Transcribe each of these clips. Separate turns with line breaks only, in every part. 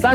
三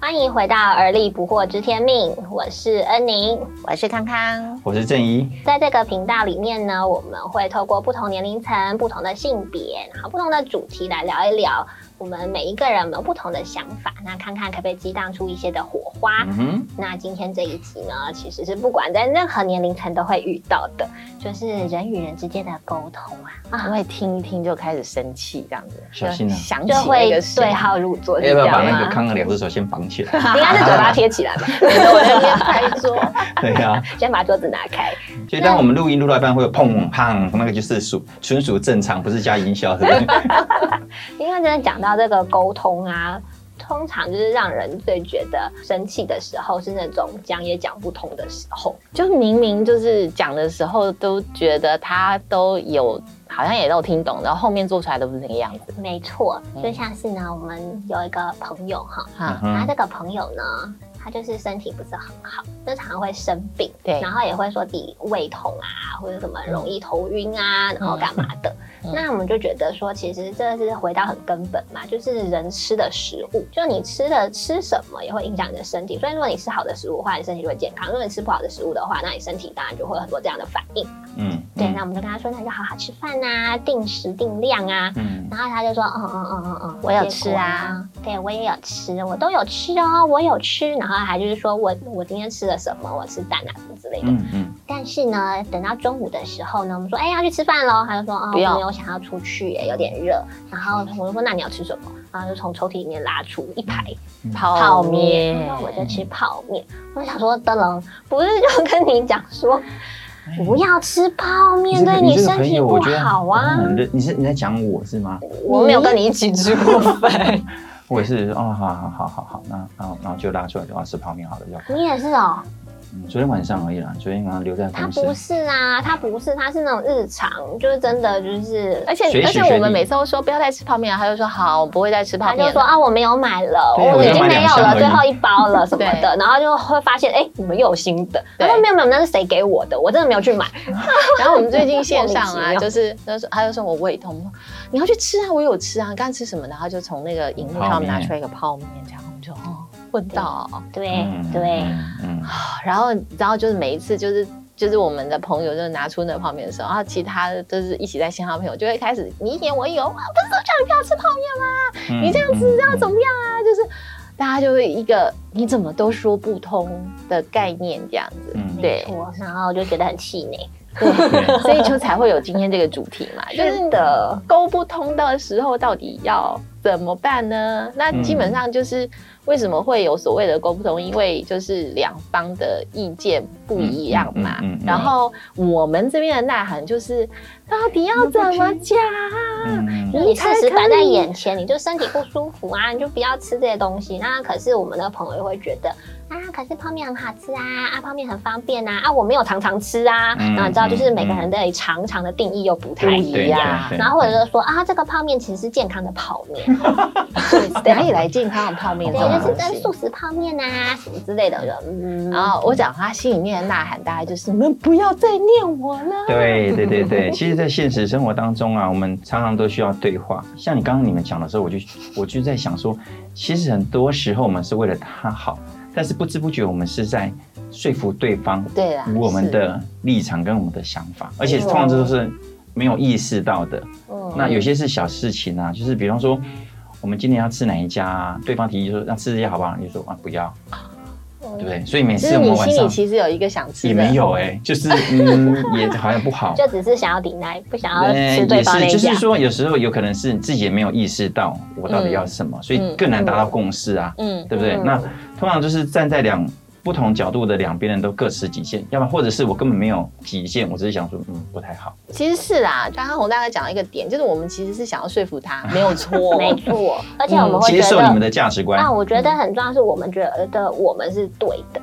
欢迎回到《而立不惑之天命》，我是恩宁。
我是康康，
我是正一，
在这个频道里面呢，我们会透过不同年龄层、不同的性别，然后不同的主题来聊一聊我们每一个人有没有不同的想法，那看看可不可以激荡出一些的火花。
嗯哼，
那今天这一集呢，其实是不管在任何年龄层都会遇到的，就是人与人之间的沟通啊，
我会听一听就开始生气，这样子，
小心啊
就想起
就
那
会
个谁
对，号入座，是
要不
这
要
样
把那个
吗？
康的两只手先绑起来？
应该是嘴巴贴起来 吧，
我在那边拍桌，
对呀、
先把桌子拿开。
所以当我们录音录到一半会有砰砰，那个就是属纯属正常，不是加音效，对不对？
因为真的讲到这个沟通啊，通常就是让人最觉得生气的时候是那种讲也讲不通的时候。
就明明就是讲的时候都觉得他都有，好像也都听懂，然后后面做出来都不是那个样子
没错，
嗯
就像是呢，我们有一个朋友哈，
哈。
然
嗯
后 这个朋友呢，他就是身体不是很好，就常常会生病，
对
然后也会说自己胃痛啊，或者什么容易头晕啊，然后干嘛的。
嗯
那我们就觉得说，其实这是回到很根本嘛，就是人吃的食物，就你吃的吃什么也会影响你的身体。所以如果你吃好的食物的话，你身体就会健康；如果你吃不好的食物的话，那你身体当然就会有很多这样的反应。
嗯，
对，
嗯
那我们就跟他说，那你就好好吃饭啊，定时定量啊，
嗯，
然后他就说，嗯嗯嗯嗯嗯，
我有吃啊
啊，对我也有吃，啊我都有吃哦，我有吃。然后还就是说我我今天吃了什么，我吃蛋啊什么之类的。
嗯嗯，
但是呢，等到中午的时候呢，我们说，哎、要去吃饭喽。他就说，哦，
不要
我没有想要出去耶，有点热。然后我就说，那你要吃什么？然后就从抽屉里面拉出一排
泡
泡面，
面
然，后我就吃泡面。我就想说，灯笼不是就跟你讲说，不要吃泡面，
哎这个
对你
这个
身
朋
体
友
不
我觉得
好啊。
嗯你你是你在讲我是吗？
我没有跟你一起吃过饭，
我也是哦，好好好好好，那然后然后就拉出来就要吃泡面好了，要、
你也是哦，
嗯、昨天晚上而已啦，昨天晚上留在
他
公司
不，是啊，他不是，他是那种日常，就是真的就是，
而且
随时
而且
随地
我们每次都说不要再吃泡面啊了，他就说好，我不会再吃泡
他就
面
说
了。
啊我没有买了，
对我
我已
就
经
买
没
两
有
箱而
了，
已
最后一包了什么的，然后就会发现哎、你们又有新的，
对
然后没有没有，那是谁给我的？我真的没有去买，
然后我们最近 线上
莫名其
啊，
妙
就是他说他就说我胃痛，我说你要去吃啊，我有吃啊，你刚才吃什么？然后就从那个荧幕上面拿出来一个泡面，这样我们就哦问到，
对、
嗯
对，
嗯，
然后然后就是每一次就是。就是我们的朋友就拿出那个泡面的时候，然后其他的就是一起在线上的朋友就会开始你一言我一语，哇，不是叫你不要吃泡面
嗯
你这样
子
那怎么样啊？就是大家就会一个你怎么都说不通的概念这样子，
嗯
对，
我然后就觉得很气馁，
对
所以就才会有今天这个主题 嘛，就是
真的
沟不通的时候到底要怎么办呢？那基本上就是为什么会有所谓的沟不通，因为就是两方的意见不一样嘛。
嗯嗯嗯嗯
然后我们这边的呐喊就是，到底要怎么 讲？
嗯
就你事实摆在眼前，你就身体不舒服啊，你就不要吃这些东西。那可是我们的朋友会觉得啊，可是泡面很好吃啊，啊泡面很方便啊，啊我没有常常吃啊。
嗯
然后你知道，就是
嗯
每个
嗯
人对于常常的定义又不
不
太一样。
一样，
对
然后或者是说啊，这个泡面其实是健康的泡 面，
哪里来健康的泡面
对，
这种
就是
东
这
西？
素食泡面啊什么之类的。我就嗯，
然后我讲他心里面的呐喊，大概就是你们不要再念我了。
对对对对，其实，在现实生活当中啊，我们常常都需要对话。像你刚刚你们讲的时候，我就我就在想说，其实很多时候我们是为了他好，但是不知不觉我们是在说服对方
对啦，
我们
是
的立场跟我们的想法，而且通常这都是没有意识到的。
嗯
那有些是小事情啊，就是比方说，我们今天要吃哪一家、啊，对方提议说那吃这家好不好？你就说啊不要，对不对？所以每
就
次
是
我
你
们晚
心里
上
其实有一个想吃
也
的，
没有哎、就是嗯也好像不好。
就只是想要抵赖，不想要
呃
吃对方
也
那一
是，就
家
是。说，有时候有可能是自己也没有意识到我到底要什么，所以更难达到共识啊，
嗯，
对不对？
嗯
那通常就是站在两不同角度的两边人都各持己见，要么或者是我根本没有己见，我只是想说，嗯，不太好。
其实是啦。刚刚洪大概讲了一个点，就是我们其实是想要说服他， 没有错，
没错，而且我们会
嗯接
觉
受你们
得，嗯
的价值观，嗯
啊，我觉得很重要，是我们觉得我们是对的。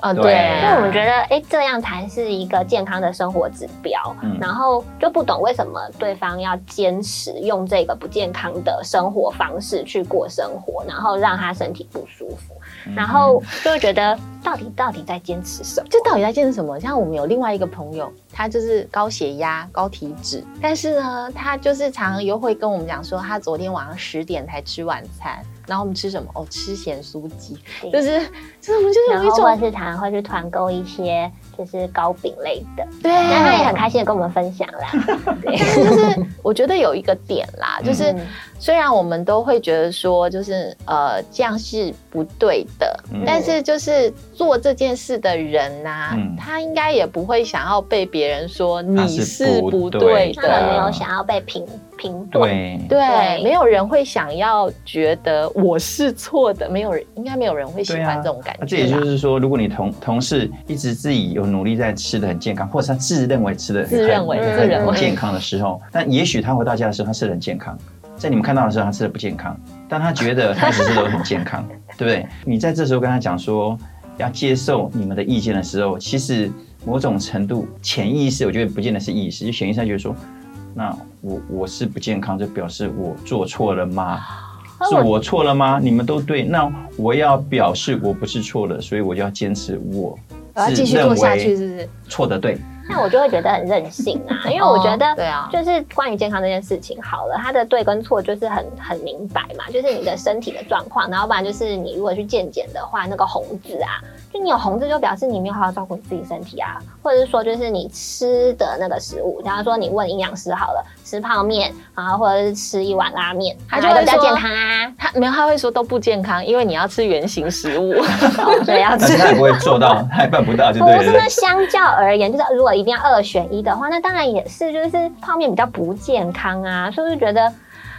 嗯，
对
对
因
因为
啊，
我们觉得，哎、这样才是一个健康的生活指标。
嗯
然后就不懂为什么对方要坚持用这个不健康的生活方式去过生活，然后让他身体不舒服，
嗯
然后就会觉得到底到底在坚持什么？
这到底在健身什么？像我们有另外一个朋友，他就是高血压、高体脂，但是呢，他就是常常又会跟我们讲说，他昨天晚上十点才吃晚餐，然后我们吃什么？哦，吃咸酥鸡，
对
就是就是我们就是
然
有一
后或
种
者是常常会去团购一些就是糕饼类的，
对，
但他也很开心的跟我们分享啦。 对，
就是我觉得有一个点啦，就是
嗯
虽然我们都会觉得说，就是呃这样是不对的，
嗯
但是就是做这件事的人呐、
嗯
他应该也不会想要被别人说
他
你
是
是
不
不
对
对
他们没
的
的。
有想要被评评断，
对，
对，
对
没有人会想要觉得我是错的，没有人，应该没有人会喜
对
欢
啊
这种感
那这
觉
也
啦。
就是说，如果你同同事一直自己有努力在吃的很健康，或者他自认为吃的
自认为
自认为
健康的时候，但也许他回到家的时候他吃的很健康，在你们看到的时候他吃的不健康，但他觉得他一直吃的很健康，对不对？你在这时候跟他讲说要接受你们的意见的时候，其实某种程度潜意识，我觉得不见得是意识，就潜意识他觉得说，那我我是不健康，就表示我做错了吗？
啊
那
是
我
我错了吗？你们都对，那我要表示我不是错了，所以我就要坚持我
我要
自
继续
认
做下去，
为
是不是？
错的对，
那我就会觉得很任性啊，因为我觉
哦
得
对啊，
就是关于健康这件事情，好了，它的对跟错就是很很明白嘛，就是你的身体的状况，然后不然就是你如果去健检的话，那个红字啊，就你有红字就表示你没有好好照顾你自己身体啊，或者是说就是你吃的那个食物，假如说你问营养师好了，吃泡面啊，或者是吃一碗拉面，
他就
哪一个
会
比较
说
健康 啊，
他没有，他会说都不健康，因为你要吃原形食物。
所以要
但
吃
是。他也不会做 到，他也办不到，
嗯
就
不
对嗯
是，
了
那。相较而言，就是如果一定要二选一的话，那当然也是，就是泡面比较不健康啊，所以我就觉得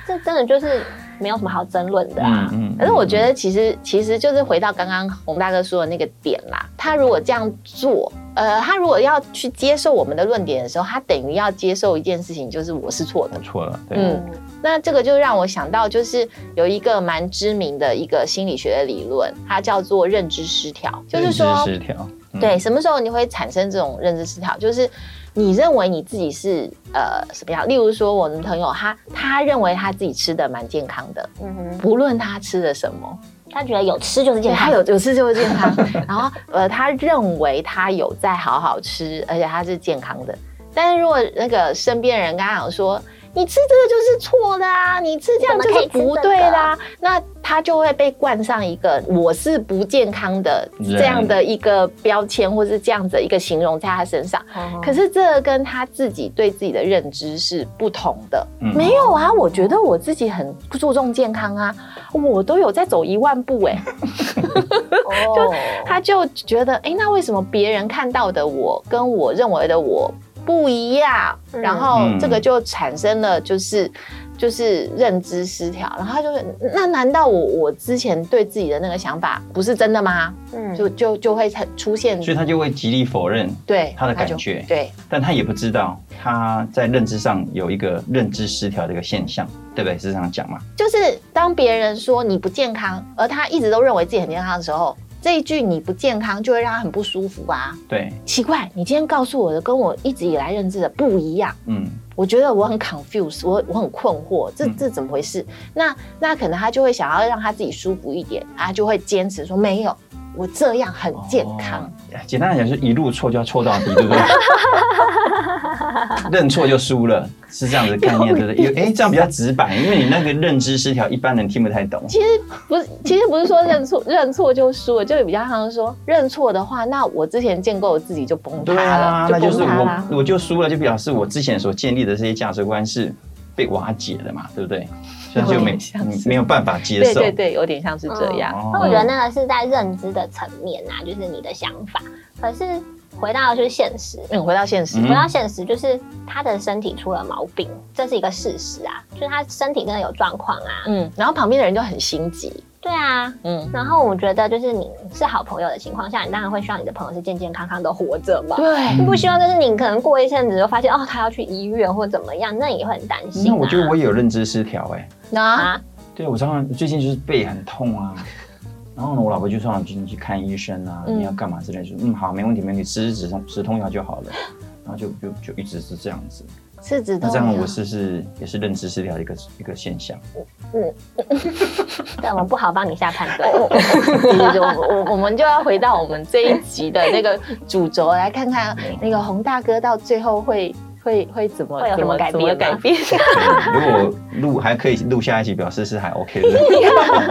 这真的就是没有什么好争论的啊。
嗯
可是我觉得，其实其实就是回到刚刚洪大哥说的那个点啦。他如果这样做，呃，他如果要去接受我们的论点的时候，他等于要接受一件事情，就是我是错的
嗯我。错了，对，
嗯，那这个就让我想到，就是有一个蛮知名的一个心理学的理论，它叫做认知失调，就是
认
说
知，失调，嗯
对，，什么时候你会产生这种认知失调？就是你认为你自己是呃什么样？例如说，我们朋友他他认为他自己吃的蛮健康的，
嗯哼，
不论他吃的什么。
他觉得有吃就是
对
健
他
康，
有有吃就会健康，然后呃，他认为他有在好好吃，而且他是健康的。但是如果那个身边人跟他讲说，你吃这个就是错的啊，你吃这样就是不对的啊，那他就会被冠上一个我是不健康的
人
这样的一个标签，或是这样的一个形容在他身上。
哦
可是这跟他自己对自己的认知是不同的。
嗯
没有啊，我觉得我自己很注重健康啊，我都有在走一万步哎、
哦
他就觉得，哎、那为什么别人看到的我跟我认为的我不一样？
嗯
然后
嗯
这个就产生了就是就是认知失调，然后他就会那难道我我之前对自己的那个想法不是真的吗？
嗯
就就就会出现
所以他就会极力否认，
对
他的
就
感觉
对
但他也不知道他在认知上有一个认知失调的一个现象，对不对？是这样讲嘛？
就是当别人说你不健康，而他一直都认为自己很健康的时候，这一句你不健康就会让他很不舒服啊。
对，
奇怪，你今天告诉我的跟我一直以来认知的不一样。
嗯，
我觉得我很 confused，我我很困惑，这
嗯
这怎么回事？那那可能他就会想要让他自己舒服一点，他就会坚持说没有，我这样很健康。
哦。简单来讲，就是一路错就要错到底，对 不对？认错就输了，是这样子的概念，对不对？有哎、这样比较直白，因为你那个认知失调，一般人听不太懂。
其实不是，其实不是说认错 认错就输了，就比较像是说认错的话，那我之前建构的自己就崩塌
对
了，
啊，那就是
崩塌啦
我。我就输了，就表示我之前所建立的这些价值观是被瓦解的嘛，对不对？所以他就没
有点像是
没有办法接
对
受。
对对，有点像是这样。
哦
那我觉得那个是在认知的层面啊，就是你的想法。可是回到就是现实，
嗯，回到现实，
嗯
回到现实，就是他的身体出了毛病，这是一个事实啊，就是他身体真的有状况啊。
嗯，然后旁边的人就很心急，
对啊，
嗯，
然后我觉得，就是你是好朋友的情况下，你当然会希望你的朋友是健健康康的活着
哦
嘛。
啊
对，
嗯
不希望就是你可能过一阵子就发现哦，他要去医院或怎么样，那你也会很担心、啊。
那我觉得我也有认知失调哎、
那
啊，
对，我常常最近就是背很痛啊， 然后呢，我老婆就说你去你去看医生啊，
嗯
你要干嘛之类的，就说嗯好，没问题没问题，吃止痛止痛药就 好了。然后就就就一直是这样子，
啊
是止
那
痛
这样
药
我。是是也是认知失调的一个 一个现象。
对，我们不好帮你下判断。
哦
我我我我们就要回到我们这一集的那个主轴，来看看那个洪大哥到最后会会会怎么
会有什
怎
么
么
改
怎么
变吗
改变？
如果录还可以录下一集，表示是还 OK 的。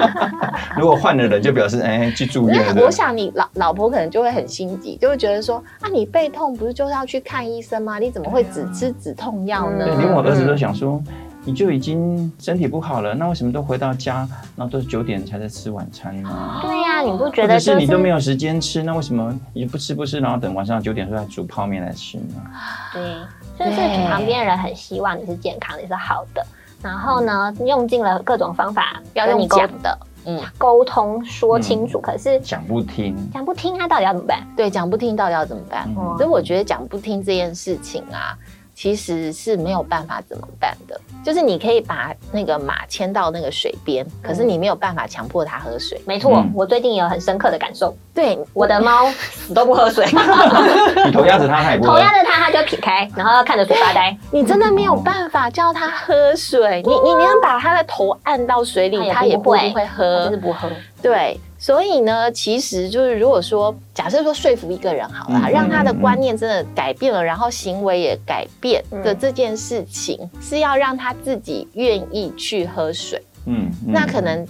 如果换了人，就表示哎、去住院了。
那我想你老老婆可能就会很心急，就会觉得说啊，你背痛不是就是要去看医生吗？你怎么会只吃止痛药呢？
嗯对，连我儿子都想说，
嗯
你就已经身体不好了，那为什么都回到家，然后都是九点才在吃晚餐呢？
对呀、你不觉
或
得
者
就是是
你都没有时间吃，那为什么你不吃不吃，然后等晚上九点说要煮泡面来吃呢？
对，就是
对
旁边人很希望你是健康，你是好的。然后呢，
嗯
用尽了各种方法
要
跟
用
你沟
讲的，嗯，
沟通说清
嗯
楚，可是
讲不听，
讲不听，他到底要怎么办？
对，讲不听到底要怎么办？
哦
嗯
所以我觉得讲不听这件事情啊，其实是没有办法怎么办的。就是你可以把那个马牵到那个水边，可是你没有办法强迫它喝水。
没错，
嗯
我最近有很深刻的感受，
对，
我的猫死都不喝水，
嗯你头压着他，他也不
同
喝
样。的它，它就会撇开，然后看着水发 呆，
你真的没有办法叫它喝水。你你连把它的头按到水里，
它
它
也
也
不
不
会
一定会
它
喝。
就是不喝。
对，所以呢，其实就是如果说，假设说说服一个人好了，
嗯
让他的
嗯嗯
观念真的改变了，然后行为也改变的
嗯
这件事情，是要让他自己愿意去喝水。
嗯，嗯
那可，能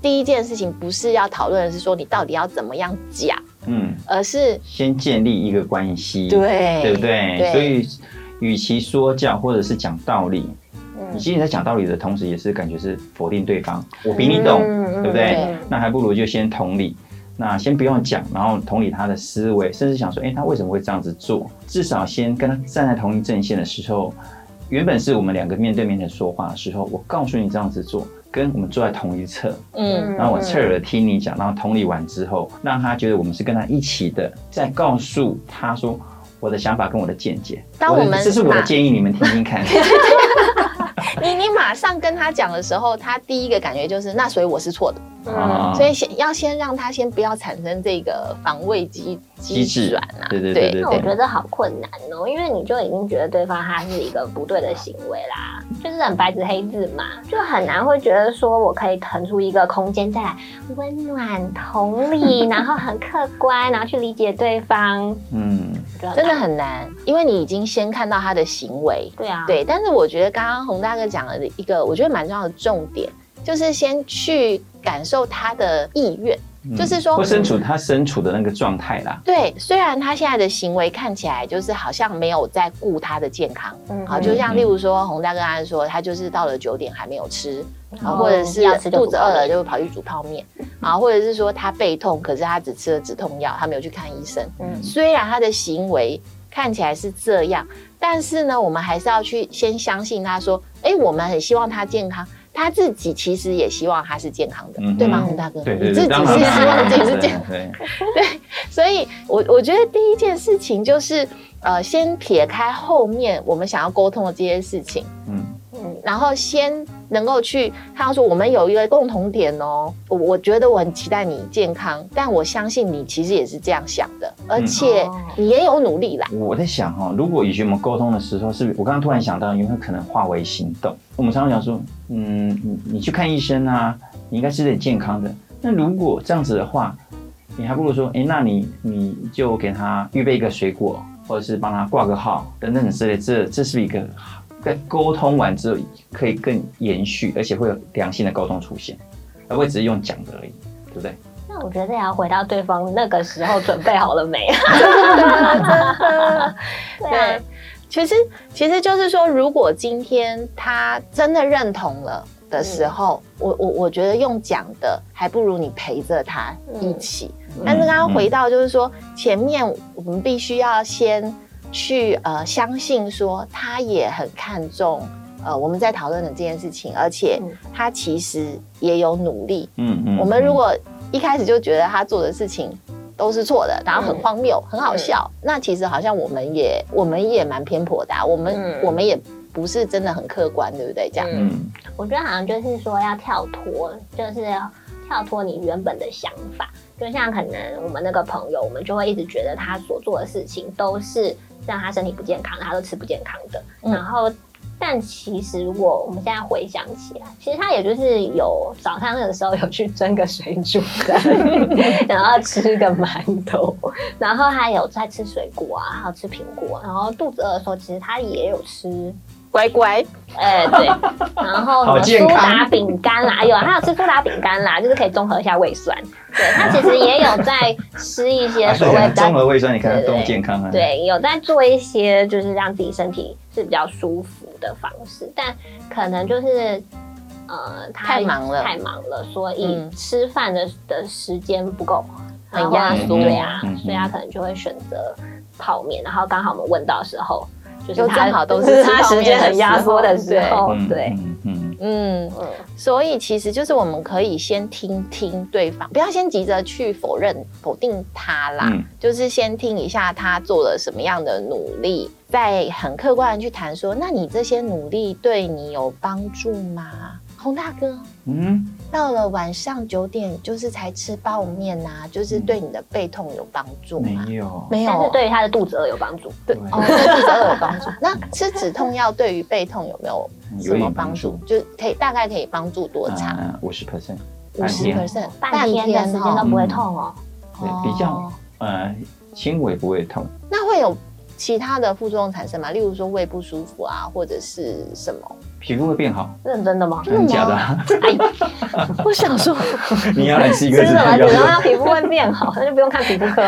第一件事情不是要讨论的是说你到底要怎么样讲，
嗯，
而是
先建立一个关系，
对
对不对？
对
所以，与其说教或者是讲道理，你
嗯，
其实在讲道理的同时，也是感觉是否定对方，我比你懂，
嗯
对不对
嗯？
那还不如就先同理，那先不用讲，然后同理他的思维，甚至想说，哎，他为什么会这样子做？至少先跟他站在同一阵线的时候，原本是我们两个面对面的说话的时候，我告诉你这样子做，跟我们坐在同一侧，
嗯
然后我侧耳听你讲，然后同理完之后，让他觉得我们是跟他一起的，再告诉他说。我的想法跟我的见解，
当
的
我们
这是我的
把
建议，你们听听 看。
你你马上跟他讲的时候，他第一个感觉就是那所以我是错的，
啊
所以先要先让他先不要产生这个防卫机
机制
转啊，
对对对对
那我觉得好困难哦，因为你就已经觉得对方他是一个不对的行为啦，就是很白纸黑字嘛，就很难会觉得说我可以腾出一个空间再来温暖、同理，然后很客观，然后去理解对方，啊
嗯，
我觉得
真的
难
很难，因为你已经先看到他的行为，
对啊，
对，但是我觉得刚刚洪大哥讲了一个我觉得蛮重要的重点，就是先去感受他的意愿。
嗯
就是说
或身处他身处的那个状态啦。
对，虽然他现在的行为看起来就是好像没有在顾他的健康，
嗯，
好，
嗯
就
这样
像例如说洪大哥刚才说，他就是到了九点还没有吃，啊，
哦
或者是
要吃就
肚
煮
子饿了就跑去煮泡面，啊，或者是说他背痛，可是他只吃了止痛药，他没有去看医生。
嗯
虽然他的行为看起来是这样，但是呢，我们还是要去先相信他说，哎，我们很希望他健康。他自己其实也希望他是健康的，
嗯哼
对吗，洪大哥？
对
你
对
自
对，
己
当
是
然
希望自己是健
康。对，
所以我我觉得第一件事情就是，呃，先撇开后面我们想要沟通的这些事情，
嗯
嗯
然后先能够去看到说我们有一个共同点哦。我我觉得我很期待你健康，但我相信你其实也是这样想的，而且
哦
你也有努 力啦。
我在想哈、哦，如果以前我们沟通的时候，是不是我刚刚突然想到，有没有可能化为行动？我们常常讲说，嗯，你你去看医生啊，你应该吃点健康的。那如果这样子的话，你还不如说，哎，那你你就给他预备一个水果，或者是帮他挂个号等等之类，这这是一个在沟通完之后可以更延续，而且会有良性的沟通出现，而不会只是用讲的而已，对不对？
那我觉得也要回到对方那个时候准备好了没？ 对啊
对，其实其实就是说，如果今天他真的认同了的时候，
嗯
我我我觉得用讲的，还不如你陪着他一起。
嗯
但是刚刚回到就是说，前面我们必须要先去呃相信说，他也很看重呃我们在讨论的这件事情，而且
嗯
他其实也有努力。
嗯嗯
我们如果一开始就觉得他做的事情都是错的，然后很荒谬、很好笑，
嗯
那其实好像我们也我们也蛮偏颇的、啊，我们、
嗯
我们也不是真的很客观，对不对？这样，
嗯
嗯
我觉得好像就是说要跳脱，就是跳脱你原本的想法。就像可能我们那个朋友，我们就会一直觉得他所做的事情都是让他身体不健康的，他都吃不健康的。
嗯
然后，但其实如果我们现在回想起来，其实他也就是有早上那个时候有去蒸个水煮蛋， 然后吃个馒头，然后还有在吃水果啊，还有吃苹果。然后肚子饿的时候，其实他也有吃
乖乖，
哎、对，然后
好
什
健
么苏
康
打饼干啦，有还有吃苏打饼干啦，就是可以综合一下胃酸。对，他其实也有在吃一些
啊所
所
以可
谓
能
比
综
较
合胃酸，你看它
对对
多健康啊。，
对，有在做一些就是让自己身体是比较舒服的方式，但可能就是呃，他
太忙了
太忙了，所以
嗯
吃饭的的时间不够，
很
然后
压
缩
对啊
嗯，
所以他可能就会选择泡面，然后刚好我们问到的时候。就是
就
他
正好都是
就是
吃
他
泡
时
面
间
的
很
时
压缩
候
的时
哦对
候，
嗯
对，
嗯嗯，
嗯，
嗯，
所以其实就是我们可以先听听对方，不要先急着去否认否定他啦，
嗯
就是先听一下他做了什么样的努力，再很客观的去谈说，那你这些努力对你有帮助吗？洪大哥，
嗯，
到了晚上九点就是才吃泡面啊，就是
嗯
对你的背痛有帮助吗？
没有，
没有
但是
哦，
对于他的肚子饿有帮助。
对，
哦，嗯对止痛有帮助。那吃止痛药对于背痛有没有什
有
么
点
帮
帮
助
助？
就可以大概可以帮助多长？
啊，五十 percent，
五
半
十
天
percent，
半天的时间都不会痛哦。
对比
哦
较呃，轻微不会痛。
那会有其他的副作用产生吗？例如说胃不舒服啊，或者是什么？
皮肤会变好，
认真的吗？
的
真
吗哎
假的啊？
我想说，
你要来吃一
吃
个
什么止
药
痛药皮肤会变好， 那就不用看皮肤 科。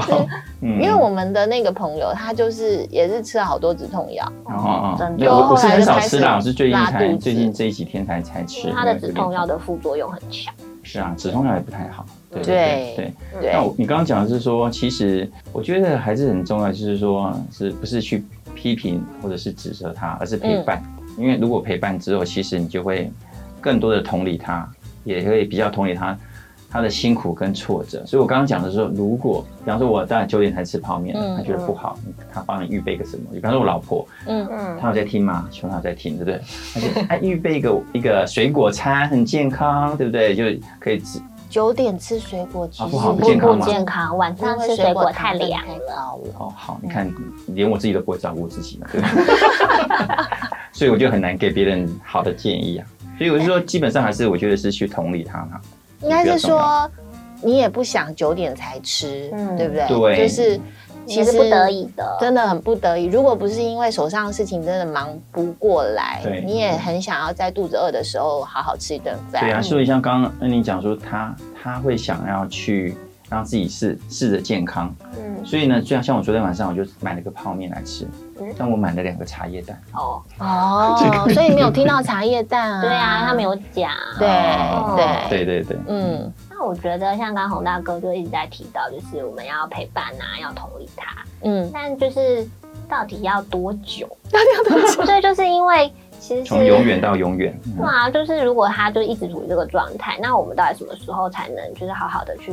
好，嗯
因为我们的那个朋友，他就是也是吃了好多止痛药，
哦哦哦
真，
没有
的，
我我是
后来
很
就
少
开
吃
始
啦，我是最近
拉肚
才
子
最近这几天才才
因
吃
为。它的
因为
止
这
痛
边
药的副作用很强。
是啊，止痛药也不太好。对
嗯对
对对。
对
那，我你刚刚讲的是说，其实我觉得还是很重要，就是说，是不是去批评或者是指责他，而是
嗯
陪伴。因为如果陪伴之后，其实你就会更多的同理他，也会比较同理他他的辛苦跟挫折。所以我刚刚讲的是说，如果比方说我在九点才吃泡面，
嗯
他觉得不好，他帮你预备个什么？比方说我老婆，
嗯，
嗯
她有在听吗？希望她有在听，对不对？而且她预备一个一个水果餐，很健康，对不对？就可以吃
九点吃水果其
啊
实
不好
不
不健康吗
健康，晚上
因为
吃水果太
糖分
凉
太
了。
高了。
哦，好，你看，连我自己都不会照顾自己嘛，对不对？所以我就很难给别人好的建议啊。所以我就说，基本上还是我觉得是去同理他啦。
应该是
比较重
说你也不想九点才吃，
嗯
对不对？
对
就是其
其
实
实不得，已的，
真的很不得已。如果不是因为手上的事情真的忙不过来
对，
你也很想要在肚子饿的时候好好吃一顿饭。
对啊，所以像刚刚恩妮讲说，他他会想要去让自己试试着健康，
嗯
所以呢，就像像我昨天晚上我就买了个泡面来吃
嗯，
但我买了两个茶叶蛋。
哦，
哦， 所以没有听到茶叶蛋啊？
对啊，他没有讲。
对
哦
对
对对对，
嗯
那我觉得像刚洪大哥就一直在提到，就是我们要陪伴啊，要同理他。
嗯，
但就是到底要多久？ 到底要多久？对，就是因为其实
从永远到永远。嗯
对啊，就是如果他就一直处于这个状态，那我们到底什么时候才能就是好好的去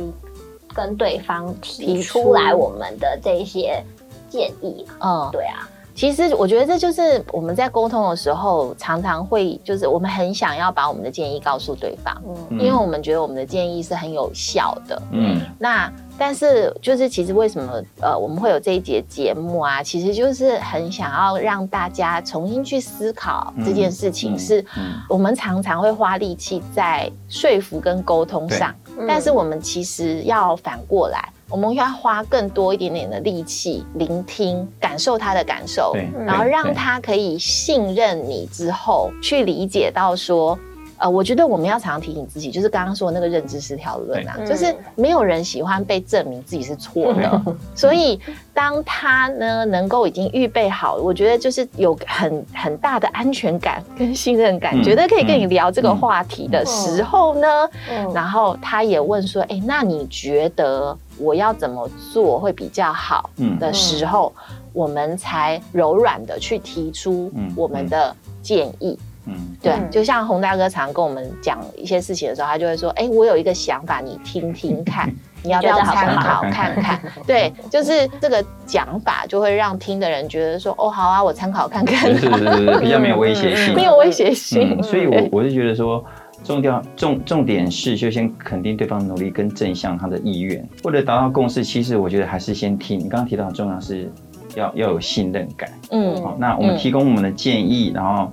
跟对方提
提出
出来我们的这一些建议？
哦。
对啊，
其实我觉得这就是我们在沟通的时候，常常会就是我们很想要把我们的建议告诉对方，
嗯
嗯
因为我们觉得我们的建议是很有效的。
嗯
那但是就是其实为什么呃我们会有这一节节目啊？其实就是很想要让大家重新去思考这件事情，
嗯
是
嗯
我们常常会花力气在说服跟沟通上，
嗯
但是我们其实要反过来，我们要花更多一点点的力气聆听，感受他的感受，
对，
嗯
然后
对
让
对
他可以信任你之后，去理解到说，呃，我觉得我们要常常提醒自己，就是刚刚说的那个认知失调论啊，
对
就是没有人喜欢被证明自己是错的，所以
嗯
当他呢能够已经预备好，我觉得就是有很很大的安全感跟信任感，
嗯
觉得可以跟你
嗯
聊这个
嗯
话题的时候呢，
嗯
然后他也问说，哎，那你觉得我要怎么做会比较好？
嗯
的时候，我们才柔软的去提出
嗯
我们的建议。
嗯
对，
嗯
就像洪大哥常跟我们讲一些事情的时候，他就会说：“哎、我有一个想法，你听听看，你要不要
觉得好
参
不
考
好
看看？”对，就是这个讲法就会让听的人觉得说：“哦，好啊，我参考看看
是。是是是，比较没有威胁性
嗯嗯 嗯。
没有威胁性，
嗯，所以我我是觉得说，重调重重点是，就先肯定对方努力跟正向他的意愿，为了达到共识，其实我觉得还是先听。你刚刚提到很重要是要要有信任感。
嗯
好，那我们
嗯
提供我们的建议，然后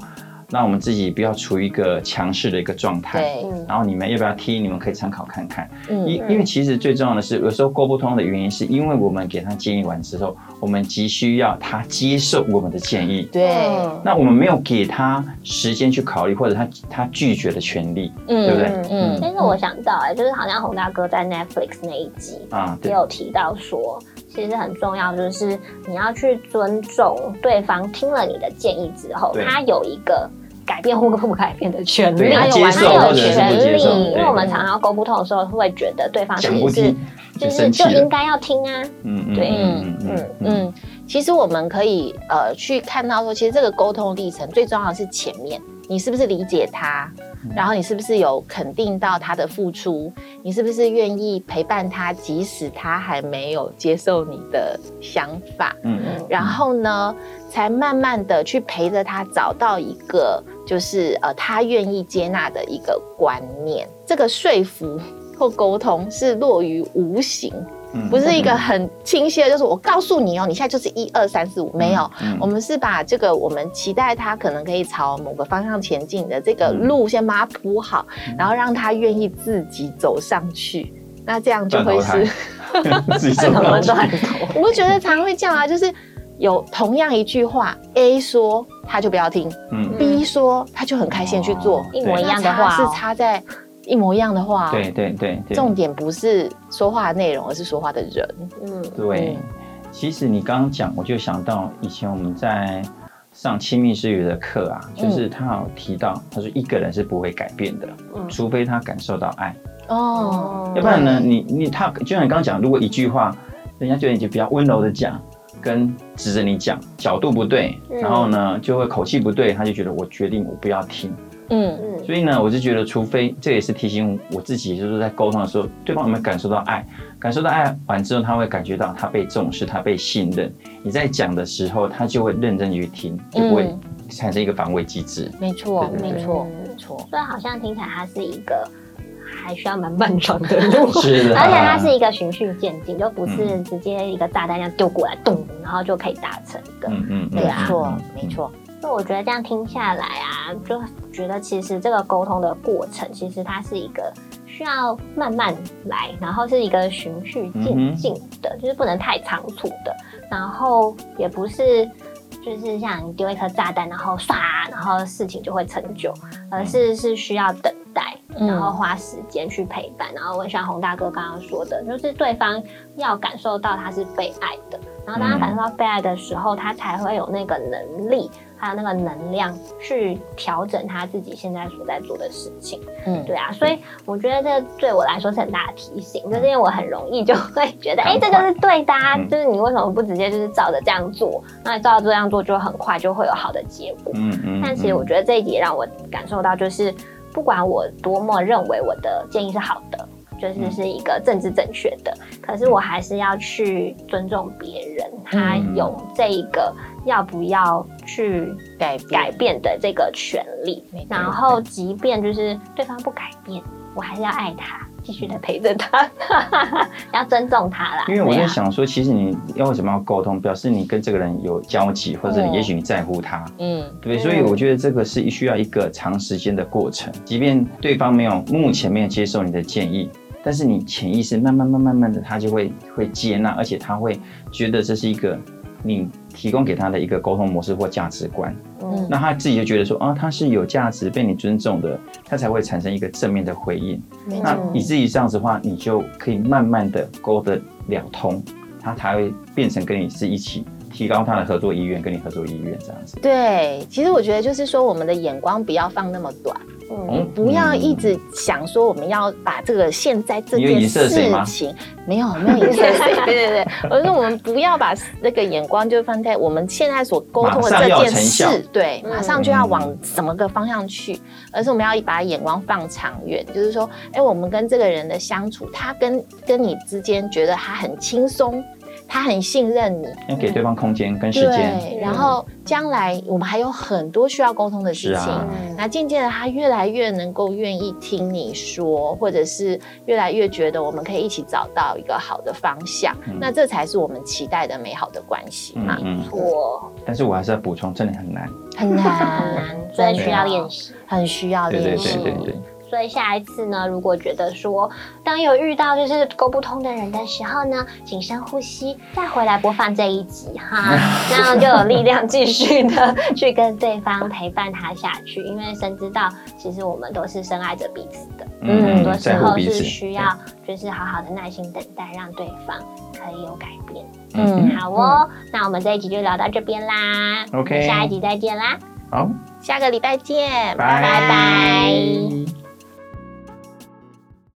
让我们自己不要处于一个强势的一个状态。
嗯
对，
然后你们要不要听？你们可以参考看看。因
嗯
因为其实最重要的是，有时候沟不通的原因，是因为我们给他建议完之后，我们急需要他接受我们的建议。
对，
那我们没有给他时间去考虑，或者他他拒绝的权利
嗯
对不对
嗯，
但是我想到、哎，就是好像洪大哥在 Netflix 那一集，
啊。
也
对，
有提到说，其实很重要，就是你要去尊重对方听了你的建议之后
对，
他有一个。改变或不改变的权
对
利，
他
有
接
完
受
他
或
有
者是
权
不
接
利，
受
因为
对
我们常常沟不通的时候，会觉得对方其
讲不
实是
听
就
就是生气
就应
了。
该要听啊，
嗯
对
嗯嗯
嗯
嗯
嗯，其实我们可以呃去看到说，其实这个沟通历程最重要的是前面你是不是理解他，然后你是不是有肯定到他的付出，你是不是愿意陪伴他，即使他还没有接受你的想法，
嗯嗯
然后呢，才慢慢的去陪着他找到一个就是呃他愿意接纳的一个观念，这个说服。或沟通是落于无形，
嗯，
不是一个很清晰的，就是我告诉你哦，你现在就是一二三四五，没有。
嗯
我们是把这个我们期待他可能可以朝某个方向前进的这个路先把它铺好，
嗯
然后让他愿意自己走上去，那这样就会
断
是
头， 自己
什
受不
么
了
都很多。
我不觉得常会这样啊，就是有同样一句话，A 说他就不要听
嗯，
，B 说他就很开心地去做
哦，
一模
对
一样的话哦
是插在一模一样的话、哦，
对对对对，
重点不是说话的内容，而是说话的人，
嗯，
对
嗯，
其实你刚刚讲，我就想到以前我们在上亲密之语的课啊，
嗯
就是他有提到，他说一个人是不会改变的，
嗯
除非他感受到爱，
哦，
要不然呢，你你他就像你刚刚讲，如果一句话，人家觉得你就比较温柔的讲，跟指着你讲，角度不对，
嗯
然后呢就会口气不对，他就觉得我决定我不要听。
嗯。
嗯，
所以呢，我就觉得，除非这也是提醒我自己，就是在沟通的时候，对方有没有感受到爱？感受到爱完之后，他会感觉到他被重视，他被信任。你在讲的时候，他就会认真去听，就不会
嗯
产生一个防卫机制。
没错，
对对对
没错，
嗯
没错。
所以好像听起来它是一个还需要蛮漫长的 路，
是的
而且它是一个循序渐进，就不是直接一个炸弹这样丢过来，咚，然后就可以达成的。
嗯嗯，
没
对啊
错，没。错，
所以我觉得这样听下来啊，就觉得其实这个沟通的过程，其实它是一个需要慢慢来，然后是一个循序渐进的，就是不能太仓促的，然后也不是。就是像你丢一颗炸弹，然后唰，然后事情就会成就，而是是需要等待，
嗯
然后花时间去陪伴。然后我也像洪大哥刚刚说的，就是对方要感受到他是被爱的，然后当他
嗯
感受到被爱的时候，他才会有那个能力，还有那个能量去调整他自己现在所在做的事情。
嗯，
对啊，所以我觉得这对我来说是很大的提醒，就是因为我很容易就会 觉得，哎、
赶
这
快
个是对的、啊，
嗯
就是你为什么不直接就是照着这样做？那你照着这样做，就很快就会有好的结果。
嗯嗯嗯。
但其实我
嗯
觉得这一集也让我感受到，就是不管我多么认为我的建议是好的，就是
嗯
是一个政治正确的，可是我还是要去尊重别人，他
嗯
有这一个要不要去
改变
改变的这个权利
没。错
然后，即便就是对方不改变，我还是要爱他，继续的陪着他， 要尊重他啦。
因为我
对
在
啊
想说，其实你要为什么要沟通，表示你跟这个人有交集，或者
嗯
哦
你也许你在乎他。
嗯
对，所以我觉得这个是需要一个长时间的过程，即便对方没有目前没有接受你的建议，但是你潜意识慢慢慢慢慢的，他就会会接纳，而且他会觉得这是一个你提供给他的一个沟通模式或价值观，
嗯
那他自己就觉得说啊，他是有价值、被你尊重的，他才会产生一个正面的回应。
没
那
错，
你自己这样子的话，你就可以慢慢的沟得了通，他才会变成跟你是一起提高他的合作意愿，跟你合作意愿这样子。
对。其实我觉得就是说，我们的眼光不要放那么短，
嗯
哦
不要一直想说我们要把这个现在这
你有
件
影射
事
谁吗
情，没 有没有影射谁，对对对。我说我们不要把那个眼光就放在我们现在所沟通的
马上
这
要
件
成效嗯
事，对，
嗯
马上就要往什么个方向去，而是我们要把眼光放长远，就是说，哎，我们跟这个人的相处，他跟跟你之间觉得他很轻松。他很信任你，
嗯要给对方空间跟时间。
嗯
对，然后将来我们还有很多需要沟通的
是
事情。
啊，
嗯
那渐渐的，他越来越能够愿意听你说，或者是越来越觉得我们可以一起找到一个好的方向，
嗯
那这才是我们期待的美好的关系
嗯
嘛。
嗯。
我
但是我还是要补充，真的很难。
很
很
难，
难，真的需要练习。
啊很需要
啊对对
练
对
习。
对对，
所以下一次呢，如果觉得说当有遇到就是沟不通的人的时候呢，请深呼吸，再回来播放这一集 哈，这样就有力量继续的去跟对方陪伴他下去。因为深知道，其实我们都是深爱着彼此的，
嗯
很多时
在乎
候
彼
是
此，
需要就是好好的耐心等待，让对方可以有改变。
嗯
好哦，那我们这一集就聊到这边啦
OK
下一集再见啦，
好，
下个礼拜见，
拜拜
拜。